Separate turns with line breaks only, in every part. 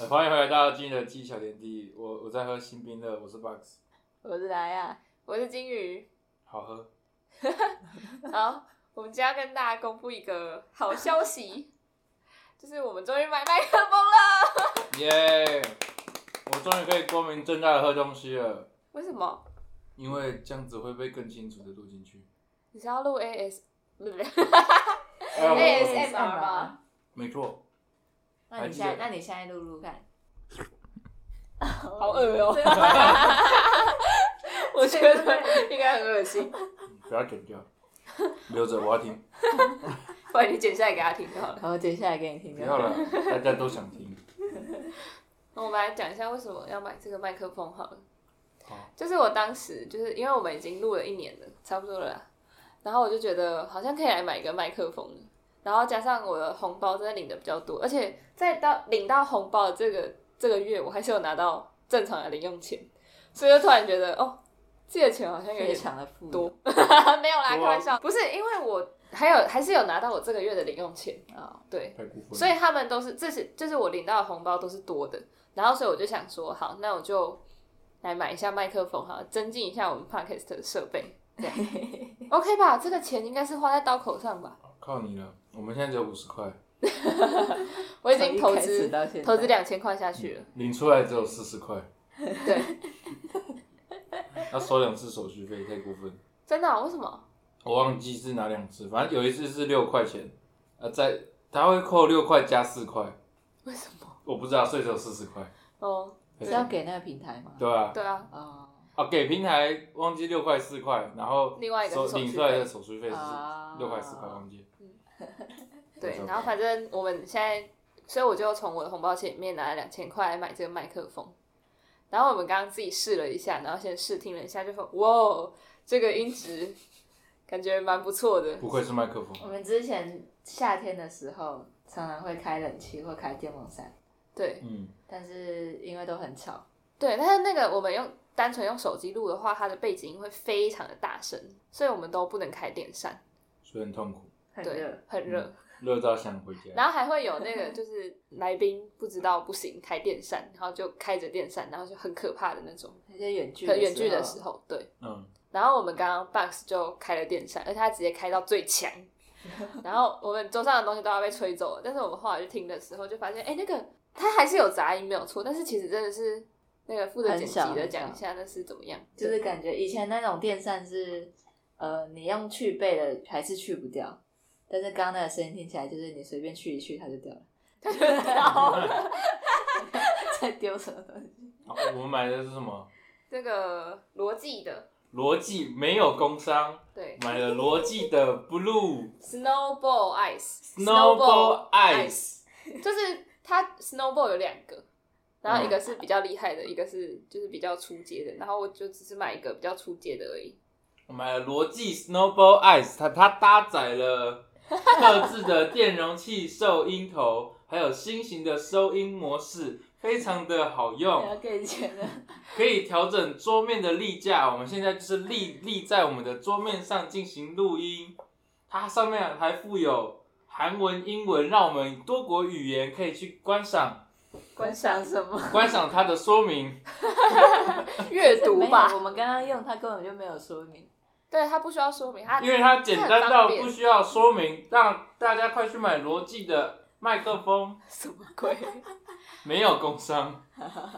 呃欢迎回来到今天的鸡小天地，我我在喝新冰乐，我是 Box，
我是莱亚，我是金鱼。
好喝。
好，我们今天要跟大家公布一个好消息， 就是我们终于买麦克风了。
耶、我终于可以光明正大的喝东西了，
为什么？
因为这样子会被更清楚的录进去。
你是要录 AS 不是
哎我
ASMR 吗
吗？
没错，
那你现在，那你现在录录看。啊
好恶哦、
真的
我觉得应该很恶心，
嗯不要剪掉，留着我要 听。
不然你剪下来给他听就好了。
好，接下来给你听
不。要了，大家都想听。
那我们来讲一下为什么要买这个麦克风好了。
好，
就是我当时就是因为我们已经录了一年了，差不多了啦，然后我就觉得好像可以来买一个麦克风了，然后加上我的红包真的领的比较多，而且在到领到红包的这个这个月，我还是有拿到正常的零用钱，所以就突然觉得哦，自己的钱好像有
非
点
常的富
多
有，
没有啦，开
多啊
玩笑，不是因为我还有还是有拿到我这个月的零用钱，
啊，
对，
太过分了。
所以他们都是，这是就是我领到的红包都是多的，然后所以我就想说，好，那我就来买一下麦克风，哈，增进一下我们 podcast 的设备，这 样 OK 吧？这个钱应该是花在刀口上吧？
靠你了，我们现在只有五十块，
我已经投
从一开始
资
到现在
投资两千块下去了，
领出来只有四十块，
对，
要收两次手续费，太过分。
真的、啊？为什么？
我忘记是哪两次，反正有一次是六块钱，呃，在他会扣六块加四块，
为什么？
我不知道，所以只有四十块。啊
哦，
是要给那个平台吗？
对啊，
对啊，
哦
啊，给平台忘记六块四块，然后
另外一个是
收
手续费嗯
领出来的手续费是
啊
六块四块，忘记。
对
没，错
然后反正我们现在，所以我就从我的红包钱里面拿了两千块来买这个麦克风。然后我们刚刚自己试了一下，然后先试听了一下，就说哇，哦这个音质感觉蛮不错的。
不愧是麦克风，
我们之前夏天的时候，常常会开冷气或开电风扇，
对
嗯，
但是因为都很吵，
对，但是那个我们用单纯用手机录的话，它的背景音会非常的大声，所以我们都不能开电扇，
所以很痛苦，
很
对
热，，
很热。
热到想回家。
然后还会有那个就是来宾不知道不行开电扇，然后就开着电扇，然后就很可怕的那种，
那些远距
很远距的时
候，
候，对。
嗯，
然后我们刚刚 Box 就开了电扇，而且他直接开到最 强，然后我们桌上的东西都要被吹走了。但是我们后来去听的时候，就发现，哎，那个它还是有杂音没有错，但是其实真的是那个负责剪辑的
很小
讲一下那是怎么 样，
就是感觉以前那种电扇是，呃，你用去背的还是去不掉，但是刚刚那个声音听起来就是你随便去一去它就 掉了，
他就掉
在丢什么东西？
好哦我们买的是什么？
这个逻辑的
罗技没有工伤，
对
买了罗技的 Blue
Snowball Ice
Snowball Ice，
Ice 就是它 Snowball 有两个。然后一个是比较厉害的，一个是就是比较初阶的，然后我就只是买一个比较初阶的而 已。
我买了罗技 Snowball Ice，它它搭载 了特制的电容器收音头，还有新型的收音模式，非常的好
你要
用，
给钱了，
可以调整桌面的立架。我们现在就是立立在我们的桌面上进行录音，它上面还附有韩文、英文，让我们多国语言可以去观赏
观赏什么？
观赏它的说明。
阅读吧
没有，我们刚刚用它根本就没有说明，
对他不需要说明，他
因为它简单到不需要说明，让大家快去买罗技的麦克风，
什么鬼？
没有工伤。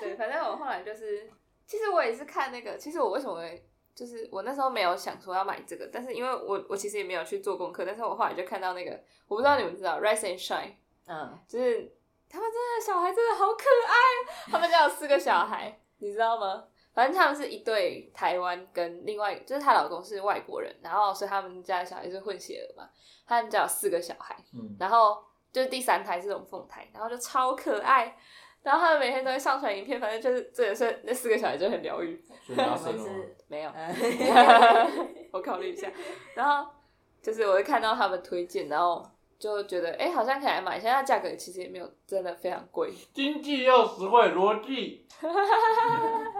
对，反正我后来就是，其实我也是看那个，其实我为什么会就是我那时候没有想说要买这个，但是因为我我其实也没有去做功课，但是我后来就看到那个，我不知道你们知道 Rise and Shine，
嗯，
就是他们真的小孩真的好可爱，他们家有四个小孩，你知道吗？反正他们是一对台湾跟另外就是她老公是外国人，然后所以他们家的小孩是混血儿嘛，他们家有四个小孩，
嗯，
然后就是第三胎是龙凤胎，然后就超可爱。然后他们每天都会上传影片，反正就是这也是那四个小孩就很疗愈。
所以你要
我
生
们
了吗？
是，
没有，
嗯
我考虑一下。然后就是我会看到他们推荐，然后就觉得哎、诶好像可以来买一下。它价格其实也没有真的非常贵，
经济又实惠，罗 技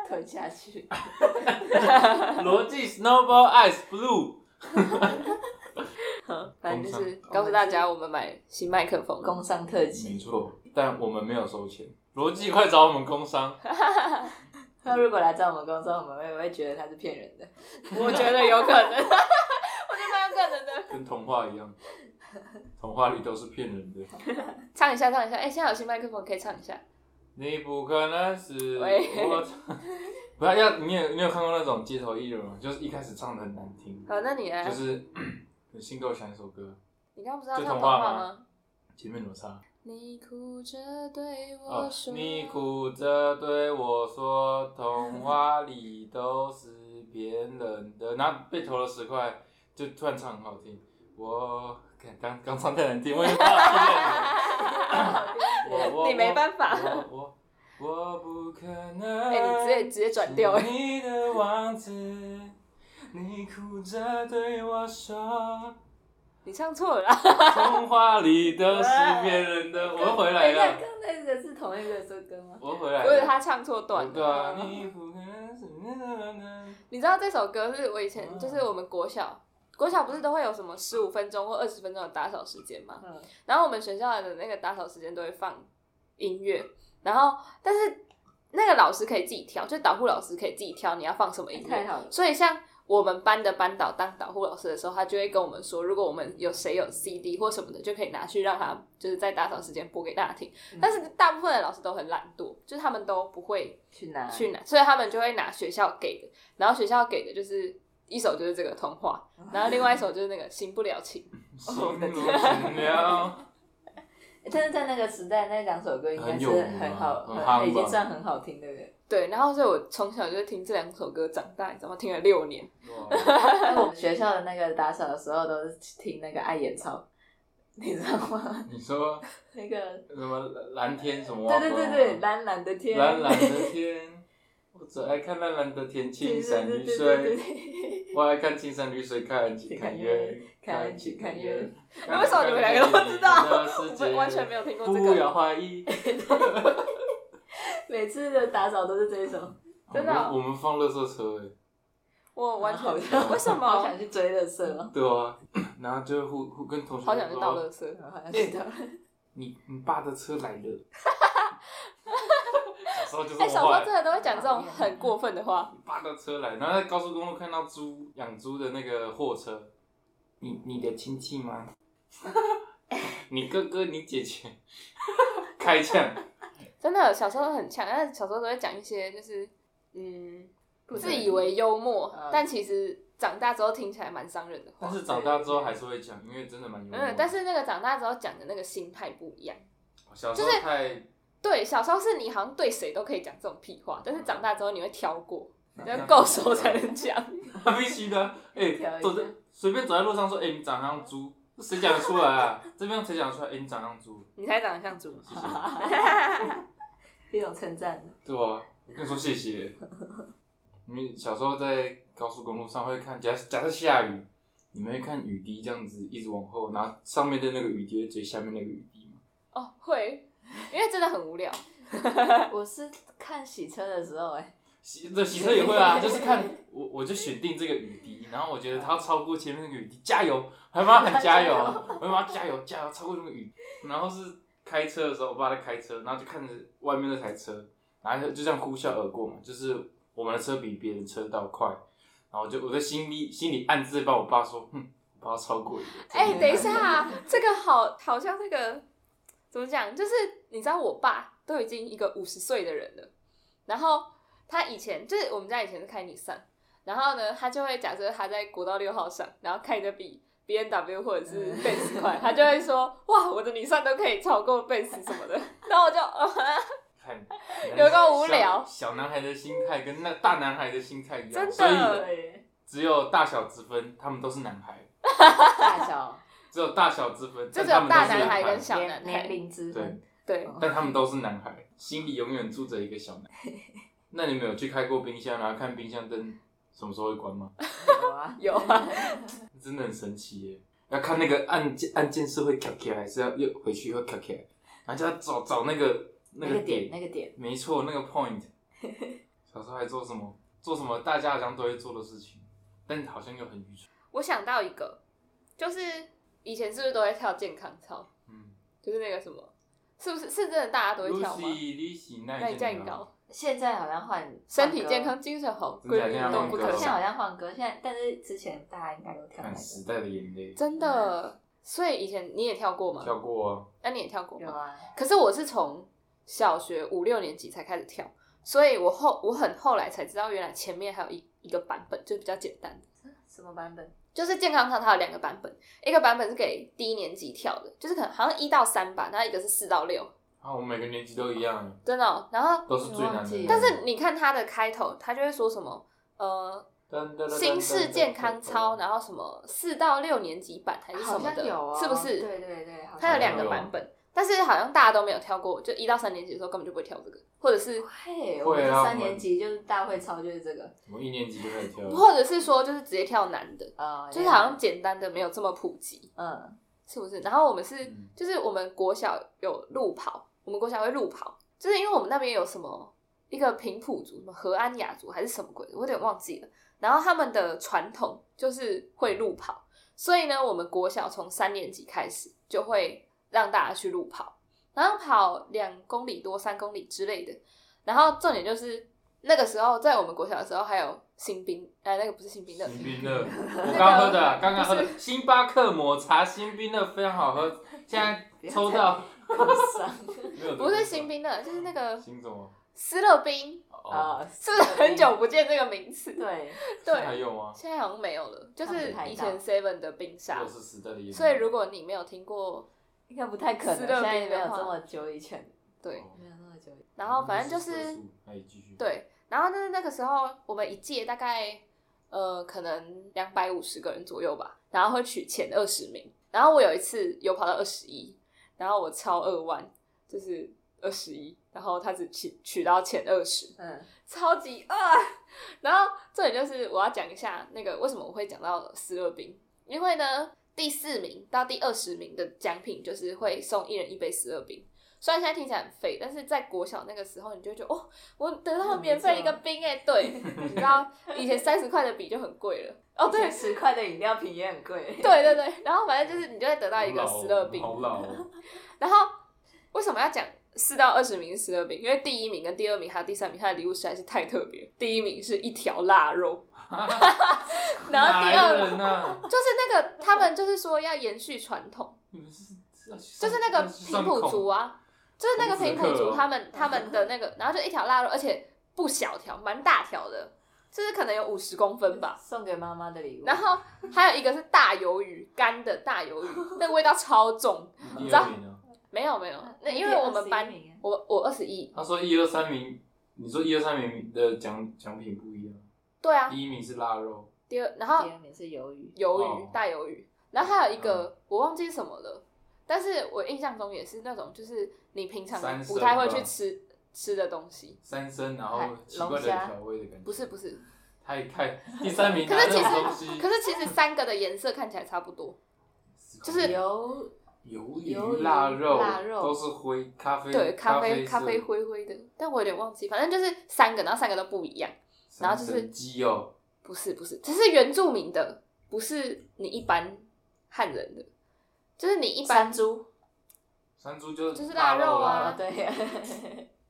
吞下去，
罗技 Snowball Ice Blue，
嗯，反正就是告诉大家我们买新麦克风了。
工商特
没
辑。
错，但我们没有收钱。逻辑快找我们工商，
那如果来找我们工商，我们会不会觉得他是骗人的？
我觉得有可 能，我觉得蛮有可能的。
跟童话一样，童话里都是骗人的。
唱一下，唱一下。哎、现在有新麦克风，可以唱一下。
你不可能是
喂
我唱，不要要你有你有看过那种街头艺人吗？就是一开始唱的很难听，
好，那你来。
就是 新给我想一首歌，
你刚刚不是要
这
唱
童
童
话
话
吗
吗？
前面怎么唱？
你哭着对
哦
我说，，
你哭着对我说，童话里都是骗人的，然后被投了十块，就突然唱很好听。我看刚刚唱太难听，我也不知道听 了我我
你没办法
我我我不可能。
哎、你直接直接转调哎、
是你的王子，你哭着对我 说，
你唱错了啦。
童话里都是骗人的。我回来
等一下
哎
了，
刚才哎那个是同一个首歌吗？
我回来
不是
了。
他唱错段
对
了。
啊，哎你不可能是那个人
你知道这首歌是我以前
嗯
就是我们国小，国小不是都会有什么十五分钟或二十分钟的打扫时间吗？
嗯，
然后我们学校的那个打扫时间都会放音乐，然后但是那个老师可以自己挑，就导护老师可以自己挑你要放什么音乐
太。好了。
所以像我们班的班导当导护老师的时候，他就会跟我们说，如果我们有谁有 CD 或什么的，就可以拿去让他就是在打扫时间播给大家听
嗯。
但是大部分的老师都很懒惰，就是他们都不会
去哪？
去拿，所以他们就会拿学校给的，然后学校给的就是一首就是这个童话，
嗯
然后另外一首就是那个新不了情。
心
哦
如止了。
但是在那个时代，那两首歌应该是
很有名啊
很好，
很夯吧
已经算很好听的了。
对，然后所以我从小就是听这两首歌长大，你知道吗？听了六年。
哇
因为我们学校的那个打扫的时候都是听那个爱演唱，你知道吗？
你说
那个，
什么蓝天什么
对
蛙哥
对
吗？
对对，蓝蓝的天，
蓝蓝的天，我只爱看蓝蓝的天，青山绿水。
水。
我爱看青山绿水，看景看月，
看景看月。
那为什么你们两个都不知道
看看你的世界
我完全没有听过这
不
个，
要怀疑，
每次的打扫都是这一首，
真的哦
我们我们放垃圾车哎、
我完全
好像
为什么
好想去追乐色哦，
对啊， 然后就互互跟同学
好想去倒
说
垃圾。
好像知道。
你你爸的车来 了。小时候就是
哎、
我
小时
坏
候真的都会讲这种很过分的话。
你爸的车来，然后在高速公路看到猪养猪的那个货车，你你的亲戚吗？你哥哥，你姐姐，开枪，
真的，小时候很强，但是小时候都会讲一些就是嗯
不
自以为幽默
嗯，
但其实长大之后听起来蛮伤人的
啊但
话。
是长大之后还是会讲，因为真的蛮幽默的。
嗯，但是那个长大之后讲的那个心态不一样。
小时候太
对，小时候是你好像对谁都可以讲这种屁话，但是长大之后你会挑过，
嗯
你要够熟才能讲。
必须的 啊。哎、
调一下
走在随便走在路上说，哎、你长得像猪，这谁讲得出来啊？这边谁讲得出来？哎、你长得像猪，
你才长得像猪。
谢谢。
一种称赞，
对啊，我跟你说谢谢。你小时候在高速公路上会看，假假设下雨，你们会看雨滴这样子一直往后，然后上面的那个雨滴会追下面那个雨滴嘛？
哦，会，因为真的很无聊。
我是看洗车的时候，哎，
洗这洗车也会啊，就是看我我就选定这个雨滴，然后我觉得它要超过前面那个雨滴，加油，还 妈喊加油，我还妈加油加油，超过那个雨。然后是开车的时候，我爸在开车，然后就看着外面那台车，然后就这样呼啸而过嘛，就是我们的车比别人车道快，然后我就我在心里心里暗自帮我爸说，哼，我爸要超过你。
哎、等一下、这个好好像那个怎么讲？就是你知道，我爸都已经一个五十岁的人了，然后他以前就是我们家以前是开尼桑，然后呢，他就会假设他在国道六号上，然后开着比 B N W 或者是
嗯
贝斯快，他就会说哇，我的尼桑都可以超过贝斯什么的，然后我就、 呃、
看，
有够无聊
小。小男孩的心态跟那大男孩的心态一样，
真的
所以
对，
只有大小之分，他们都是男孩。
大小、
只有大小之分，
就
但
只
他
有
们
大
都是
男孩
男
跟小
年
男
年
孩，
龄之分，
对，
但他们都是男孩，心里永远住着一个小男孩。 那你们有去开过冰箱，然后看冰箱灯什么时候会关吗？
有 啊，
有啊，
真的很神奇耶！要看那个按键，按键是会卡起来，还是要又回去又卡起来，然后就要找找那个那
那
个
个点，那个点，
没错，那个 point。小时候还做什么？做什么大家好像都会做的事情，但好像又很愚蠢。
我想到一个，就是以前是不是都会跳健康操？
嗯
就是那个什么，是不是是真的大家都会跳吗？
，Lucy、Lucy 那
耐
一
战
件
高，
现在好像换
身体健，
换
康，精神好，
真
规
的
律
那
运
样
动不
歌
换
可
歌
现
少。
在好像换歌，现在但是之前大家应该都跳那
看
个
时代的眼泪，
真的，所以以前你也跳过吗？
跳过啊，
那、你也跳过
有
吗？
啊，
可是我是从小学五六年级才开始跳，所以我后我很后来才知道，原来前面还有一一个版本，就比较简单的。
什么版本？
就是健康操，它有两个版本，一个版本是给低年级跳的，就是可能好像一到三吧，那一个是四到六，
啊，我每个年级都一样，
真的哦、然后，
都是最难
我
的
忘记。
但是你看它的开头，它就会说什么，呃，
是
新式健康操，然后什么四到六年级版还哎是什
好
么
像
的，
有哦，
是不是？
对对对，好像
它有两个
有
版本，但是好像大家都没有跳过，就一到三年级的时候根本就不会跳这个，或者是
会，我
会
们
啊
三
我们
年级就是大会操就是这个，
我一年级就开始跳
嗯
了，
或者是说就是直接跳难的，
啊，
就是好像简单的没有这么普及。
嗯，
是不是？然后我们是、
嗯
就是我们国小有路跑，我们国小会路跑，就是因为我们那边有什么一个平埔族，什么和安雅族还是什么鬼，我有点忘记了。然后他们的传统就是会路跑，所以呢，我们国小从三年级开始就会让大家去路跑，然后跑两公里多、三公里之类的。然后重点就是那个时候，在我们国小的时候还有新兵，哎，那个不是新兵的，
新 冰乐，我刚喝的啊，刚刚喝的星巴克抹茶新冰乐非常好喝，现在抽到
哭 丧
没有？
不是新，冰的，就是那个
新什么？
斯乐冰。
哦，
啊，
是不是很久不见这个名词？
对，
现在还
对，
有吗？
现在好像没有了，就
他
是
们太大
以前 Seven 的冰沙
又。是时代的眼泪。
所以如果你没有听过，
应该不太可能，
斯
现
乐
在
冰
没有
的话
这么久以前，
对，
没有那么久以前，
然后反正就
那
是
色素，那你继续。
对，然后但是那个时候我们一届大概呃可能两百五十个人左右吧，然后会取前二十名。然后我有一次有跑到二十一，然后我超二万，就是二十一，然后他只取取到前二十，
嗯，
超级饿。 然后这里就是我要讲一下那个为什么我会讲到斯乐冰，因为呢第四名到第二十名的奖品就是会送一人一杯斯乐冰。虽然现在听起来很废，但是在国小那个时候，你就会觉得哦，我得到了免费一个冰哎、对，你知道以前三十块的笔就很贵 了哦，对
十块的饮料瓶也很贵，
对对对，然后反正就是你就会得到
好
一个
老哦
斯乐冰，
好老哦。
然后为什么要讲四到二十名是十二名？因为第一名跟第二名还有第三名，他的礼物实在是太特别。第一名是一条腊肉，然后第
哪
二
来的
名
人呢？
就是那个他们就是说要延续传 统，
你们是就
就是那个平埔族啊，就是那个平埔族他们他们的 那个，然后就一条腊肉，而且不小条，蛮大条的，就是可能有五十公分吧。
送给妈妈的礼物，
然后还有一个是大鱿鱼，干的大鱿鱼， 那个味道超重。
你
知道没有没有，那因为我们班
第21名
我我二十一，
他说一二三名，你说一二三名的奖奖品不一样，
对啊，
第一名是腊肉，
第二，然后
第二名是鱿鱼，
鱿鱼
哦，嗯
大鱿鱼，然后还有一个我忘记什么了，但是我印象中也是那种，就是你平常
三生
不太会
吧
去吃吃的东西，
三生，然
海
后奇怪的
龙虾
调味的感觉，
哎不是不是，
太太第三名
可
拿
是
这
其
种
实
东西，
可是其实三个的颜色看起来差不多，就是
鱿
鱿
鱿
鱼、
鱼
腊肉
腊肉
都是灰咖啡，
对，咖啡嗯咖
色
啡，灰灰的，但我有点忘记，反正就是三个，然后三个都不一样，然后就是
三神鸡哦，
不是不是，只是原住民的，不是你一般汉人的，就是你一般
山猪，
山猪就是
就是
腊
腊肉
肉
啊
啊，对，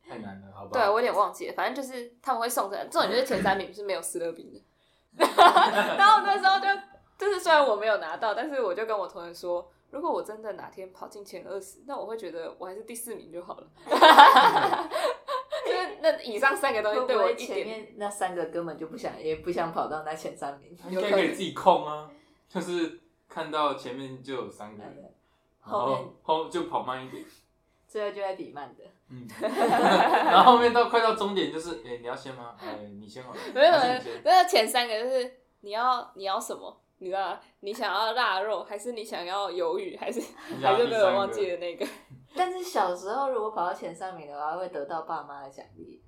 太难了，好吧？
对，我有点忘记了，反正就是他们会送这个，重点就是前三名是没有斯乐 饼的。然后那时候就就是虽然我没有拿到，但是我就跟我同学说，如果我真的哪天跑进前二十，那我会觉得我还是第四名就好了。 就是那以上三个东西
会
对
不
我
会
一
前
点
面那三个根本就不想，也不想跑到那前三名？
应该可以自己控啊，就是看到前面就有三个人，然
后
后
面
后就跑慢一点，
最后就在比慢的，
嗯， 然后后面到快到终点就是，哎、你要先吗？哎、你先好了，
没有没
还
有
是你先，
那前三个就是你要你要什么，你知道吗你想要腊肉，还是你想要鱿鱼，还是
你
还
讲
是
第
被
三
我
个
忘记了那个？
但是小时候如果跑到前三名的话，会得到爸妈的奖励。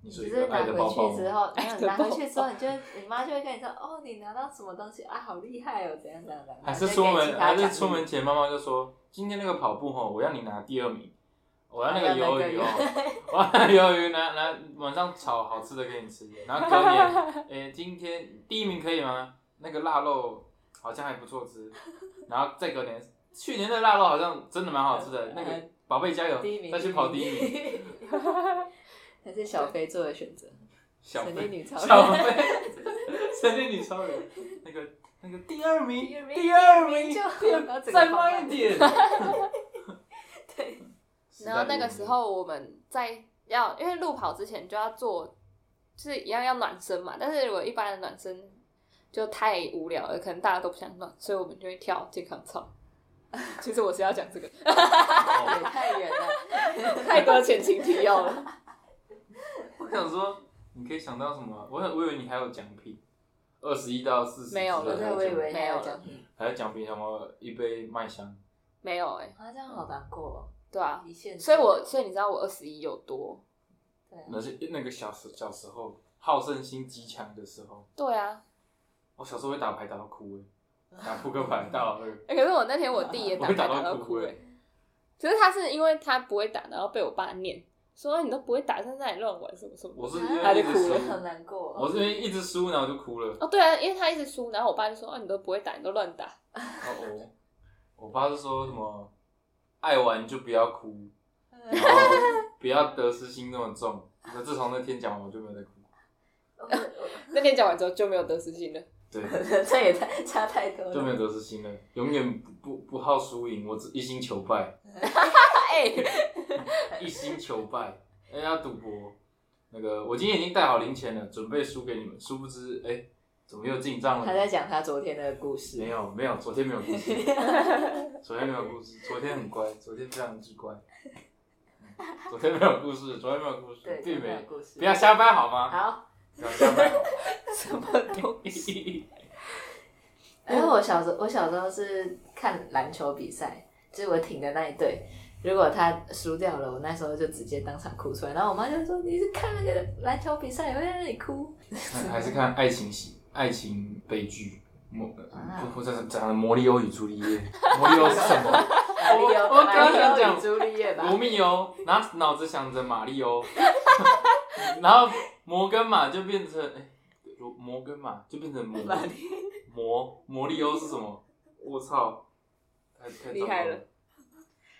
你
只
说一
是
个
拿
爱
回
的抱抱
去之 后，没
爱
有
的
拿
抱
回去之后，你就你妈就会跟你说，哦，你拿到什么东西啊，好厉害哦，怎样怎样怎样。
还是
然后
出
就给其
门
他
还是
奖励
出门前，妈妈就说，今天那个跑步吼，我要你拿第二名，我要那个鱿鱼哦， 我要那个鱿鱼拿拿晚上炒好吃的给你吃，然后隔年，哎、今天第一名可以吗？那个腊肉好像还不错吃，然后再隔年，去年的腊肉好像真的蛮好吃的，那个宝贝加油
呃第一，名，
再去跑第一名，
名， 还是小飞做的选择，
小
神力
飞，
女超
小
人，
飞，神力女超人，那个那个第二名
第二，名
第二名，
第
第
二名就然后
二
整个
再
跑
慢
慢
一 点，
对，
然后那个时候我们在要，因为路跑之前就要做，就是一样要暖身嘛。但是如果一般的暖身就太无聊了，可能大家都不想暖，所以我们就会跳健康操。 其实我是要讲这个，
哦，
也太 远了，
太多前情提要了。
我想说你可以想到什么？我想我以为你还有奖品，二十一到四十，
没有了
我
对
真的我以为
没有了
这样，
还有奖品什么一杯麦香，
没有哎、
啊，这样好难过
对
哦
啊，，
一线之
所以我所以你知道我二十一有多？
对啊
那是那个小时小时候好胜心极强的时候，
对啊，
我小时候会打牌打到哭哎、打扑克牌打到二。
哎、可是我那天我弟也打
我会打
牌
到
打到
哭
哭哎、
欸
可是他是因为他不会打，然后被我爸念说你都不会打，在那里乱玩什么什么的。
我是因
啊
他
为
就
一直
哭
输
了，
很难过，哦
我是因为一直输，然后就哭了。
哦，对啊，因为他一直输，然后我爸就说：“哦，你都不会打，你都乱打。
然后我哦我爸是说什么爱玩就不要哭，然
嗯
后不要得失心那么重。那自从那天讲完，我就没有再哭。
我我”
那天讲完之后就没有得失心了。
对，
这也太差太多
就没
了，
有得失心了，永远不不不好输赢，我只一心求败，
哎、
一心求败。人家赌博，那个我今天已经带好零钱了，准备输给你们，殊不知哎、怎么又进账了？
他在讲他昨天的故事
没，有没有，昨天没有故 事，昨天没有故事，昨天很乖，昨天非常之乖。嗯昨天没有故事，昨天没有故事
对，，
并
昨天的
没，
故事，
不要瞎掰好吗？
好。
不要瞎 掰。
什么都
因为哎我小时候，我小时候是看篮球比赛，就是我挺的那一队。如果他输掉了，我那时候就直接当场哭出来，然后我妈就说：“你是看那个篮球比赛，也会在那里哭
还是看爱情喜爱情悲剧。魔
啊
不不，这是讲的魔力欧与朱丽叶，魔力欧是什么？？”
马里奥
我我刚想
马里奥
讲
与朱丽叶吧，
罗密欧，然后脑子想着马里欧， 然后摩根马就变成哎，罗摩根马就变成 魔
马里
魔魔力欧是什么？我操，太太糟糕
厉害了！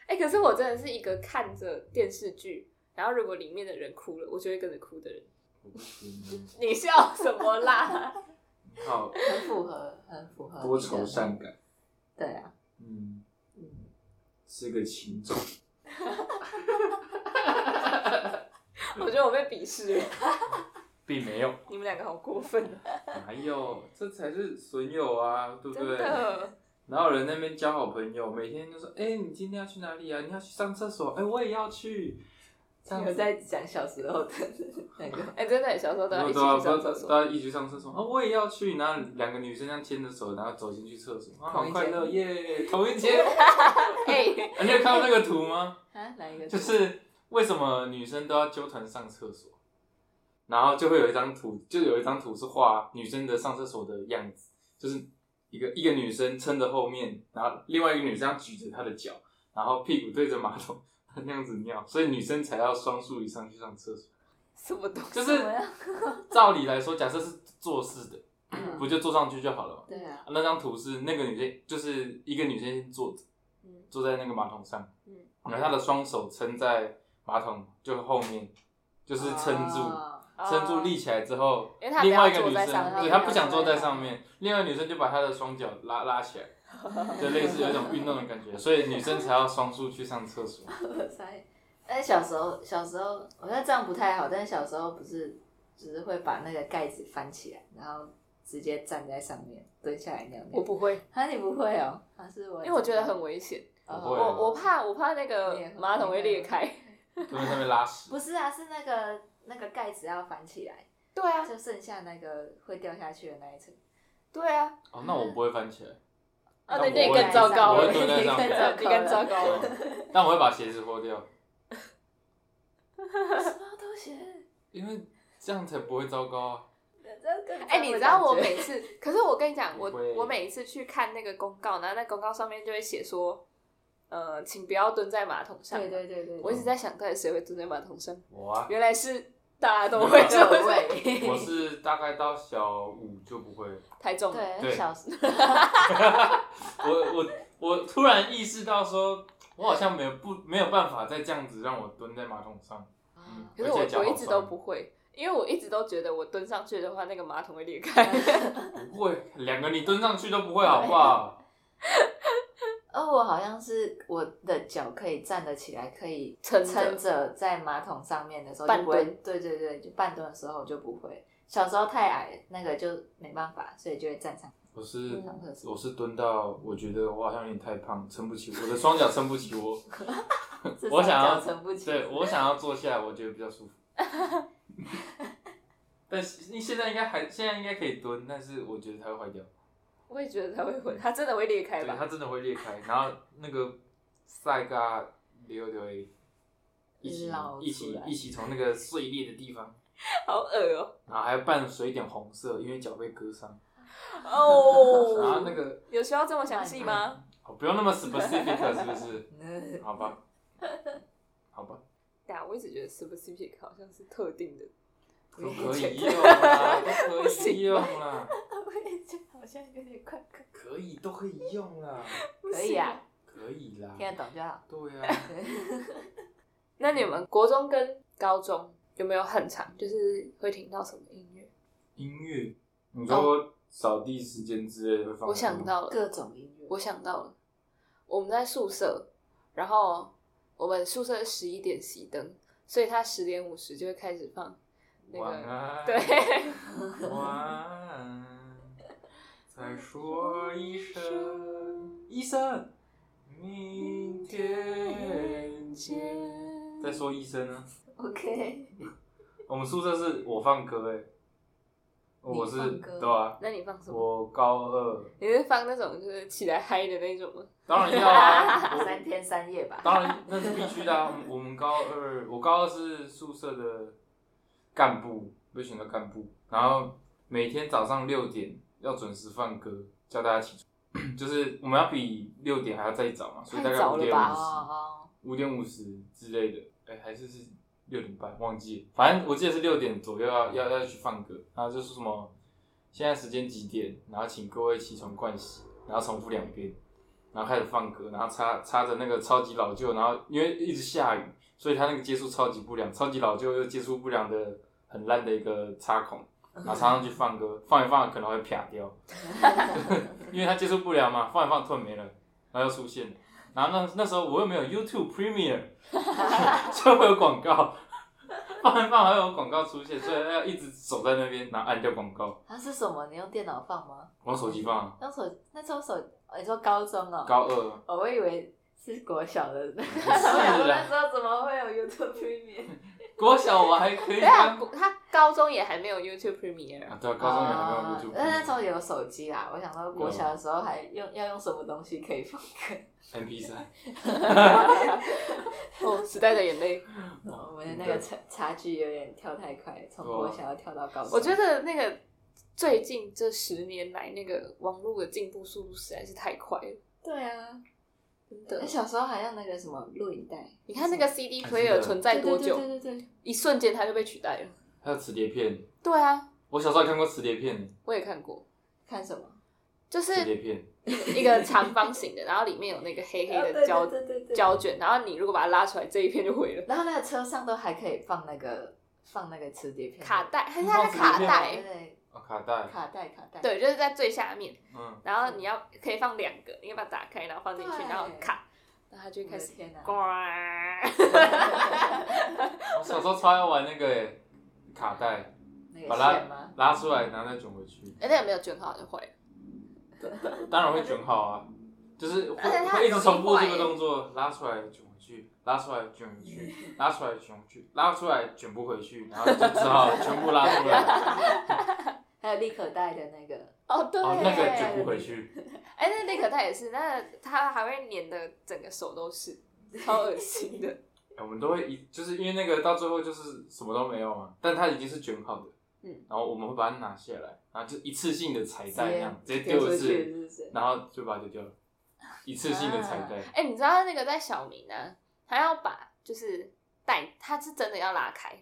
哎、可是我真的是一个看着电视剧，然后如果里面的人哭了，我就会跟着哭的人。
我不行
你笑什么啦？
好
很符合，很符 合
多愁善感，
对啊，
嗯，
嗯，
是个情种。
我觉得我被鄙视了。
并没有，
你们两个好过分啊！
哪有？这才是损友啊，对不
真
对？
的，
哪有人那边交好朋友，每天就说：“哎、你今天要去哪里啊？你要去上厕所？哎、我也要去。”这样
我
子
在讲小时候的 那个，
哎、真的，小时候都要
然
一起
后
去
都要都
上厕
要
所。
都要一起去上厕所啊！我也要去，然后两个女生这样牵着手，然后走进去厕所，啊，好
同一间
快乐耶！同一 间，
哎、
啊你有看到那个图吗？
啊，哪一个？
就是为什么女生都要纠团上厕所，然后就会有一张图，就有一张图是画女生的上厕所的样子，就是一个一个女生撑着后面，然后另外一个女生要举着她的脚，然后屁股对着马桶 那样子尿，所以女生才要双数以上去上厕所。
什么东西？
就是
什么呀
照理来说，假设是做事的，
嗯
不就坐上去就好了嘛？
对啊，
那张图是那个女生，就是一个女生先坐着，
嗯
坐在那个马桶上，
嗯，
然后她的双手撑在马桶就后面，就是撑住，
哦
撑住立起来之后
因为她，不
另
要
外一个
坐
女
在
生
上面
对她不想坐在上面，另外一个女生就把她的双脚拉拉起来，就类似有一种运动的感觉，所以女生才要双数去上厕 所。
耳塞。但是小时候，小时候我觉得这样不太好。但是小时候不是，只是会把那个盖子翻起来，然后直接站在上面蹲下来尿
我
尿。
不会，
啊，你不会哦？啊，是我，
因为我觉得很危险。
哦
不会
我我怕我怕那个
裂痕
马桶会裂开。
因为上面拉屎，
不是啊，是那个那个盖子要翻起来，
对啊，
就剩下那个会掉下去的那一层。
对啊，
哦，那我不会翻起 来，那
啊，那
我
那你
会
更糟糕
我
了，
会蹲在
你
上面
更糟，你更糟糕了。
嗯但我会把鞋子脱掉，
什么东西？
因为这样才不会糟糕啊。
哎、你知道我
每
每次，可是我跟你讲，我
你会
我每一次去看那个公告，然后那公告上面就会写说，呃，请不要蹲在马桶上。
对对对对，
嗯
我一直在想，到底谁会蹲在马桶上？
我啊，
原来是大家都会
就
就会
位，
我是大概到小五就不会，
太重了。
对啊
对
小
我我我突然意识到说，我好像没有不没有办法再这样子让我蹲在马桶上。嗯
可是
而且脚
我我
好
一直都
酸
不会，因为我一直都觉得我蹲上去的话，那个马桶会裂开。
嗯
不会，两个你蹲上去都不会，好不好？
哦，我好像是我的脚可以站得起来，可以
撑着
撑着在马桶上面的时候
半
就不会
蹲，
对对对，就半蹲的时候就不会。小时候太矮，那个就没办法，所以就会站上
我是
上厕所，
我是蹲到，我觉得我好像有点太胖，撑不起我的双脚，撑不起 我。
至
我
少
想要
脚撑不起。
对我想要坐下来，我觉得比较舒服。 但是你现在应该还现在应该可以蹲，但是我觉得它会坏掉，
我也觉得它会会，它真的会裂开
对，
吧？
它真的会裂开，然后那个塞嘎流流诶一起
捞
一
出
起
来
一起从那个碎裂的地方，
好恶 哦、
然后还伴随一点红色，因为脚被割伤，
哦，
然后那个
有需要这么详细吗？
哦不用那么 specific 是不是？
嗯
好吧，好吧，
对啊，我一直觉得 specific 好像是特定的，
都可以用啦，都可以用啦，
我也觉得好像有点快快。
可以都可以用啦，
可以啊，
可以啦，
听得懂就好。
对呀、啊。
那你们国中跟高中有没有很长，就是会听到什么音乐？
音乐，你说扫地时间之类会放？
哦我想，到了，
各种音乐，
我想到了，我们在宿舍，然后我们宿舍十一点熄灯，所以他十点五十就会开始放。那个
晚安，
对，，
晚安，再说一声，医生，明天见。再说医生呢？
OK，
我们宿舍是我放歌哎、我是
你放歌
对啊，
那你放什么？
我高二，
你是放那种就是起来嗨的那种吗？
当然要 啊，我
三天三夜吧。
当然那是必须的、啊。我们高二，我高二是宿舍的干部，被选到干部，然后每天早上六点要准时放歌，叫大家起床， 就是我们要比六点还要再早嘛，所以大
太
概
早
五
了
点
吧
五
哦
十，
哦，
五点五十之类的，哎、还是是六点半，忘记了，反正我记得是六点左右要要要去放歌，然后就是什么现在时间几点，然后请各位起床盥洗，然后重复两遍，然后开始放歌，然后插插着那个超级老旧，然后因为一直下雨，所以他那个接触超级不良，超级老旧又接触不良的很烂的一个插孔，然后插上去放歌，放一放可能会啪掉， 因为它接触不良嘛，放一放突然没了，然后又出现了。然后那那时候我又没有 YouTube Premiere，就会有广告，放一放还会有广告出现，所以要一直守在那边，然后按掉广告。
它哦啊是什么？你用电脑放吗？
我手机放
用手那时候手，哦你说高中哦？
高二，
哦我以为是国小的， 我
不
想
是啊
说那
啦，
时候怎么会 有 YouTube Premium？
国小我还可以
对啊，
翻
不他高中也还没有 YouTube Premiere，啊
啊，对啊，高中也还没
啊
有 YouTube，
但那时候有手机啦，我想说国小的时候还用要用什么东西可以放歌？
MP 三，
哦，时代的眼泪。
哦我们的那个差差距有点跳太快，从
啊
国小要跳到高中。
我觉得那个最近这十年来，那个网络的进步速度实在是太快了，
对啊，
真
那
的。
小时候还要那个什么录影带，
你看那个 CD
还是那
player
个
存在多久
对，对对对对
一瞬间它就被取代了。
还有磁碟片，
对啊，
我小时候还看过磁碟片，
我也看过，
看什么？
就
磁
是
碟片，
一个长方形的，然后里面有那个黑黑
啊
的
对
胶
对对对对
胶卷，然后你如果把它拉出来，这一片就毁了。
然后那个车上都还可以放那个放那个磁碟片，
卡带，还是
放
它的
磁
卡
碟片吗
带，
对对
哦卡带，
卡带卡带，
对，就是在最下面，
嗯，
然后你要可以放两个，你可以把它打开，然后放进去，
对
然后卡，然后它就
我
开
的
始
天哪！
呱。
我小时候超爱玩那个诶，卡带，
那个
把它
线吗？
拉出来，然后再卷回去，
哎，那有没有卷好就坏了？
当然会卷好啊，就是
而且
会
它
会一直重复这个
很奇怪耶欸
动作，拉出来卷回去，拉出来卷回 去，拉出来卷回去，拉出来卷不回去，然后就只好全部拉出来，
还有立可带的那个，
哦，对，
哦，那个卷不回去，
哎，那那可它也是，那它还会粘的整个手都是，超恶心的。
哎我们都会一就是因为那个到最后就是什么都没有嘛，但它已经是卷好的，
嗯，
然后我们会把它拿下来，然后就一次性的彩
直
带那
接
样直接
丢
丢
出
一
去
次，
是不是？
然后就把它丢掉了，一次性的彩带，
哎，你知道啊那个在小明呢、他要把就是带，他是真的要拉开，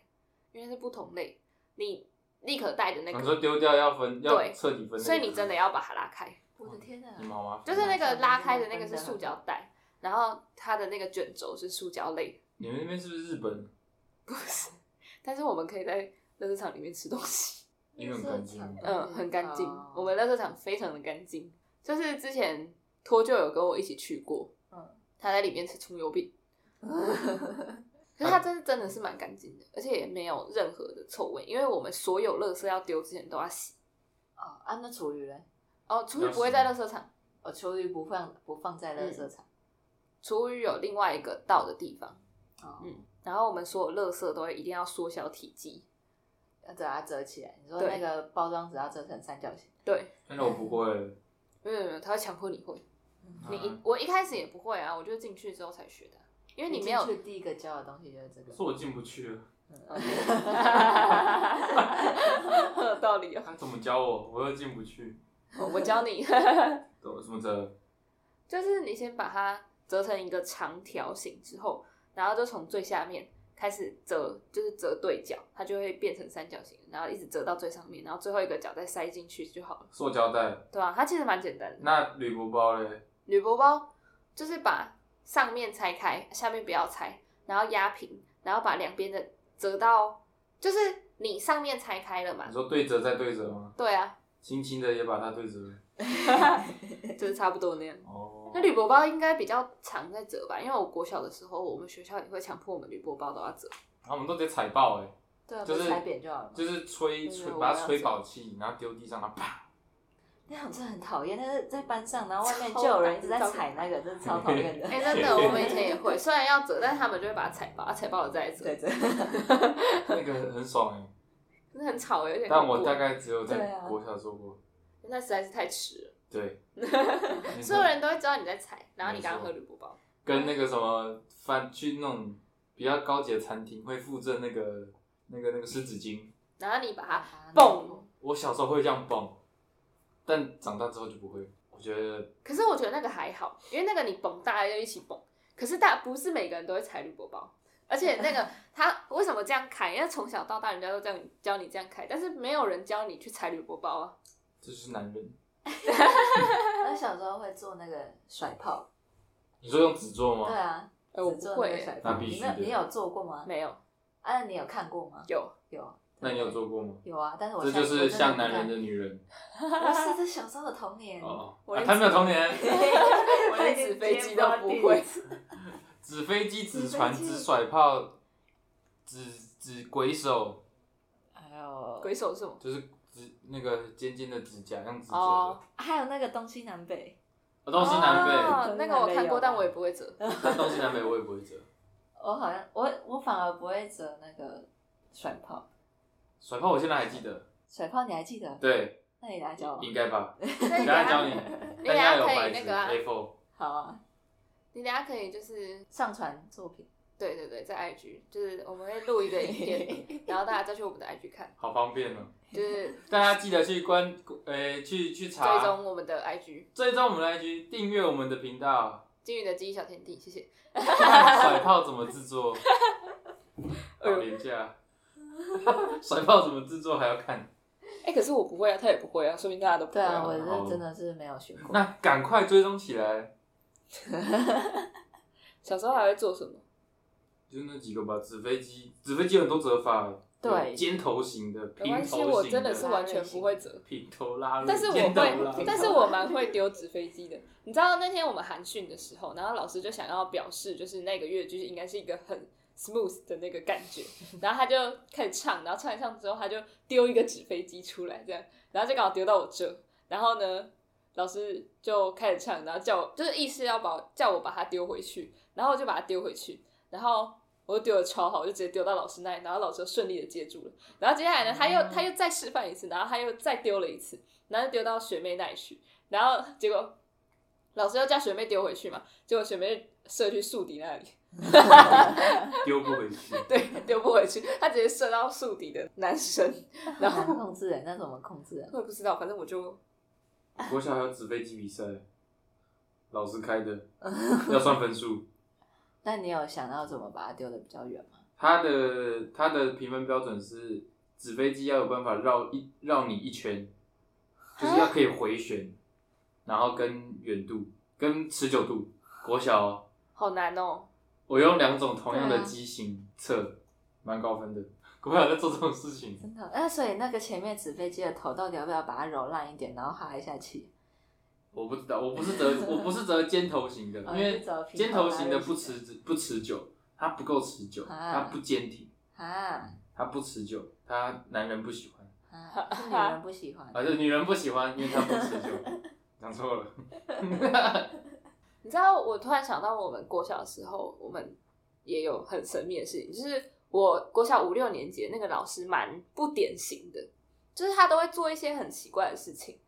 因因为是不同类，你立可带的那
哦你说
个，
丢掉要分，要
对
彻底分类，
所以你真的要把它拉开，
我的天哪、啊
你们好啊吗？
就是那个拉开的那个是塑胶袋，然后它的那个卷轴是塑胶类，
你们那边是不是日本？
不是，但是我们可以在乐色场里面吃东西，
因为很干净
嗯，很干净，
哦
我们乐色场非常的干净，就是之前托就有跟我一起去过，
嗯
他在里面吃葱油 饼，可是它真的真的是蛮干净的，而且也没有任何的臭味，因为我们所有垃圾要丢之前都要洗。
哦啊，那厨余嘞？
哦，厨余不会在垃圾场，
哦，厨余不放不放在垃圾场。
厨余有另外一个倒的地方，
哦，
嗯，然后我们所有垃圾都会一定要缩小体积，嗯
要把啊它折起来。你说
对
那个包装纸要折成三角形。
对，
但是我不会，
没有没有没有，他会强迫你会，
啊
哎你一我一开始也不会啊，我就进去之后才学的，啊因为你没有
进去第一个教的东西就是这 个
可。是我进不去了。
很 有道理哦，
他怎么教我，我又进不去。
哦我教你，
怎什么着？
就是你先把它折成一个长条形之后，然后就从最下面开始折，就是折对角，它就会变成三角形，然后一直折到最上面，然后最后一个角再塞进去就好了，
塑胶袋？
对吧、啊？它其实蛮简单的。
那铝箔包嘞？
铝箔包就是把上面拆开，下面不要拆，然后压平，然后把两边的折到，就是你上面拆开了嘛
你，说对折再对折吗？
对啊，
轻轻的也把它对折。
啊
就是差不多那样。
哦
那。铝箔包应该比较常在折吧，因为我国小的时候，我们学校也会强迫我们铝箔包都要 折。
然后我们都直接踩爆哎、
对啊，
就是
不是踩扁就好了嘛。
就是吹
对
吹
我
把
要
它吹
这
饱气，然后丢地上，然后 啪，
那种真的很讨厌，但是在班上，然后外面
超
就有人一直在
讨厌
踩那个，真的超讨厌 的。
哎、真的，我们 以前也 会，虽然要折，但是他们就会把它踩爆，啊踩爆了再折
对，对，
那个很很爽哎、
真的很吵，有点恐
但
怖。
我大概只有
对
在
啊
国小做过，
那实在是太迟了，
对，没错
所有人都会知道你在踩，然后你
没错
刚刚喝铝箔包，
跟那个什么饭去那种比较高级的餐厅会附赠那个那个那个湿纸巾，
然后你把它
蹦
蹦，
我小时候会这样蹦，但长大之后就不会。我觉得
可是我觉得那个还好，因为那个你蹦，大家就一起蹦。可是大不是每个人都会踩铝箔包，而且那个他为什么这样开？因为从小到大人家都这样教你这样开，但是没有人教你去踩铝箔包啊。
这就是男人。
那小时候会做那个甩炮，
你说用纸做
对
吗？
啊，
呃，我
只
不
做
会欸，
那个甩炮。
那必
你
须
没有
的
你有做过吗？
没有
啊，你有看过吗？
有，
有。
那你有做过吗？
有啊，但是我
这就
小时候
是像
真
男
不敢
人的女人
不是，这小时候的童年。
哦，
我
啊
连
他没有童年，
我连纸飞机都不会。
纸飞机、
纸
纸
飞
船、
机
纸甩炮、纸纸鬼手，
还有
鬼手是什么？
就是指那个尖尖的指甲，用指折的。
哦
哦，
还有那个东西南北，
东西南北，
哦那个我看过，但我也不会 折。
但东西南北我也不会折。
我好像我我反而不会折那个甩炮，
甩炮我现在还记得，
甩炮你还记得？
对，
那你来教我。
应该吧？
那
等
你
一
等
下
下
教你，大
你等
家
下
有
可
白
以那
纸
个啊，
A4，
好啊，
你等下可以就是
上传作品。
对对对，在 IG 就是我们会录一个影 片，然后大家再去我们的 IG 看，
好方便哦。
就是
大家记得去关，呃，去去
追
查，
踪我们的 IG
追踪我们的 IG，订阅我们的频 道。
金鱼的记忆小天地，谢谢。
甩炮怎么制 作？
哎
好廉价。 甩炮怎么制作还要看？
哎、可是我不会啊，他也不会啊，说明大家都不
对啊，
好
我
好
是真的是没有学过。
那赶快追踪起来。
小时候还会做什么？
就那几个吧，纸飞机，纸飞机有很多折法，
对
有尖头型的、
没
平
关
头
系，
型
我真的是
我
完全不会折。
平头拉入，
但是我
尖头拉
会
入，
但是我蛮会丢纸飞机的。你知道那天我们寒训的时候，然后老师就想要表示，就是那个乐句应该是一个很 smooth 的那个感觉，然后他就开始唱，然后唱一唱之后，他就丢一个纸飞机出来，这样，然后就刚好丢到我这，然后呢，老师就开始唱，然后叫我就是意思要把我叫我把它丢回去，然后我就把它丢回去，然后。我就丢的超好，我就直接丢到老师那里，然后老师就顺利的接住了。然后接下来呢，他又他又再示范一次，然后他又再丢了一次，然后就丢到学妹那里去，然后结果老师又叫学妹丢回去嘛，结果学妹射去宿敌那里，
丢不回去。
对，丢不回去，她直接射到宿敌的男生，然
难
后
控制人，那怎么控制人？
我也不知道，反正我就
国小还有纸飞机比赛，老师开的，要算分数。
那你有想到怎么把它丢的比较远吗？
它的它的评分标准是纸飞机要有办法绕一绕你一圈，就是要可以回旋，然后跟远度跟持久度。国小哦、
好难哦。
我用两种同样的
对啊
机型测，蛮高分的。国小在做这种事情，
真的，那所以那个前面纸飞机的头到底要不要把它揉烂一点，然后哈一下气？
我不知道，我不是 折，我不是折尖头型的，因
哦
为
你是折平
尖头型的不
头
持不持久，它不够持久，它
啊
不坚挺，
啊
它不持久，它男人不喜欢，
啊，是女人不喜欢。
而且女人不喜欢，因为它不持 久。讲错了，
你知道，我突然想到，我们国小的时候，我们也有很神秘的事情，就是我国小五六年级的那个老师蛮不典型的，就是他都会做一些很奇怪的事情。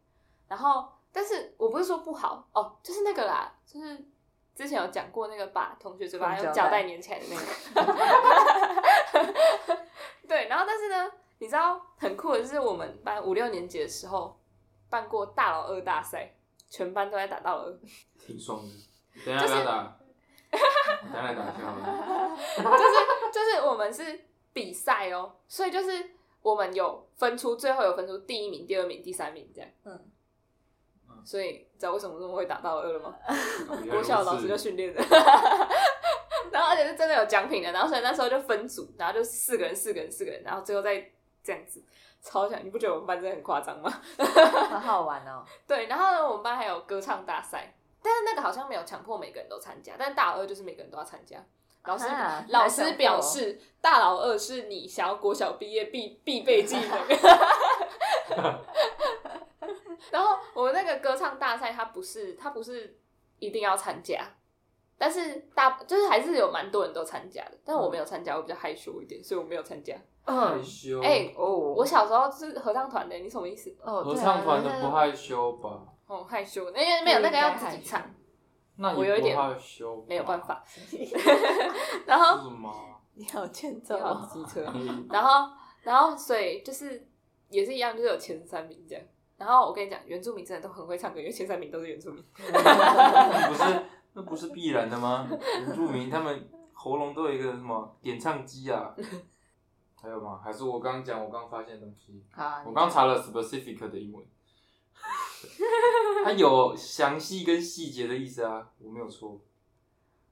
然后，但是我不是说不好哦，就是那个啦，就是之前有讲过那个把同学嘴巴用
用
胶
胶
带
带
粘起来的那个。 对，然后但是呢，你知道很酷的是，我们班五六年级的时候办过大老二大赛，全班都在打大老二。
挺爽的。等一下不要打， 等一下打就好 了。
就是就是我们是比赛哦，所以就是我们有分出最后有分出第一名、第二名、第三名这样。
嗯，
所以你知道为什么这么会打到二了吗？
嗯原来
国小老
如
师
此
就训 练的，然后而且是真的有奖品的，然后所以那时候就分组，然后就四个人、四个人、四个人，然后最后再这样子。超强！你不觉得我们班真的很夸张吗？
好好玩哦。
对，然后呢，我们班还有歌唱大赛，但是那个好像没有强迫每个人都参加，但大二就是每个人都要参加。老师、
啊
老师表，示，大老二是你想要国小毕业必必备技能。 然后我们那个歌唱大赛，它不是它不是一定要参加，但是大就是还是有蛮多人都参加的，但我没有参加，我比较害羞一点，所以我没有参加。
害
嗯，
羞。
哎
哦，
我小时候是合唱团的，你什么意思？
哦，
合
对啊
唱团的不，害羞吧？
哦，害羞，因为没有那个要自己唱，
那
我有一
也
点
不害羞吧，
没有办法。
那
然后
是吗？
你好欠
这
揍
好
哦。
机车，
嗯
然后，然后，所以就是也是一样，就是有前三名这样。然后我跟你讲，原住民真的都很会唱歌，因为前三名都是原住民。
那不是那不是必然的吗？ 原住民他们喉咙都有一个什么点唱机啊？还有吗？还是我刚讲我刚发现的东西？
啊
好，
我刚查了 specific 的 英文，它有详细跟细节的意思啊，我没有错。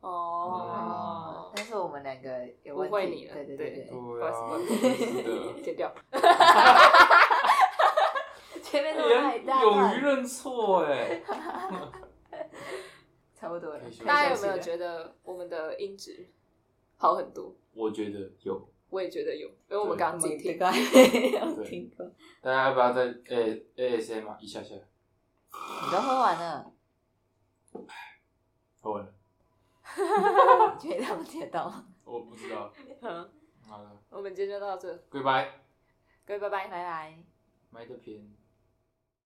哦
哦，，但是我们两个有问
误
题
会你了
对对
对
对
对
不
啊
好意，
是的。
剪掉。
对，前面都太大
哎勇于
段，
认错哎，
差不多了
可以休。息
大家有没有觉得我们的音质好很多？
我觉得有。
我也觉得有，因为我们刚刚自己听。
过，
对
有听过。
大家要不要再 A A S M 啊一下下？
你都喝完了，
喝完了，
你觉得他们听得到吗？
我不知道。
嗯，
好了，
我们今天就到这，
拜拜，
各位拜拜。
拜拜。
买的便宜。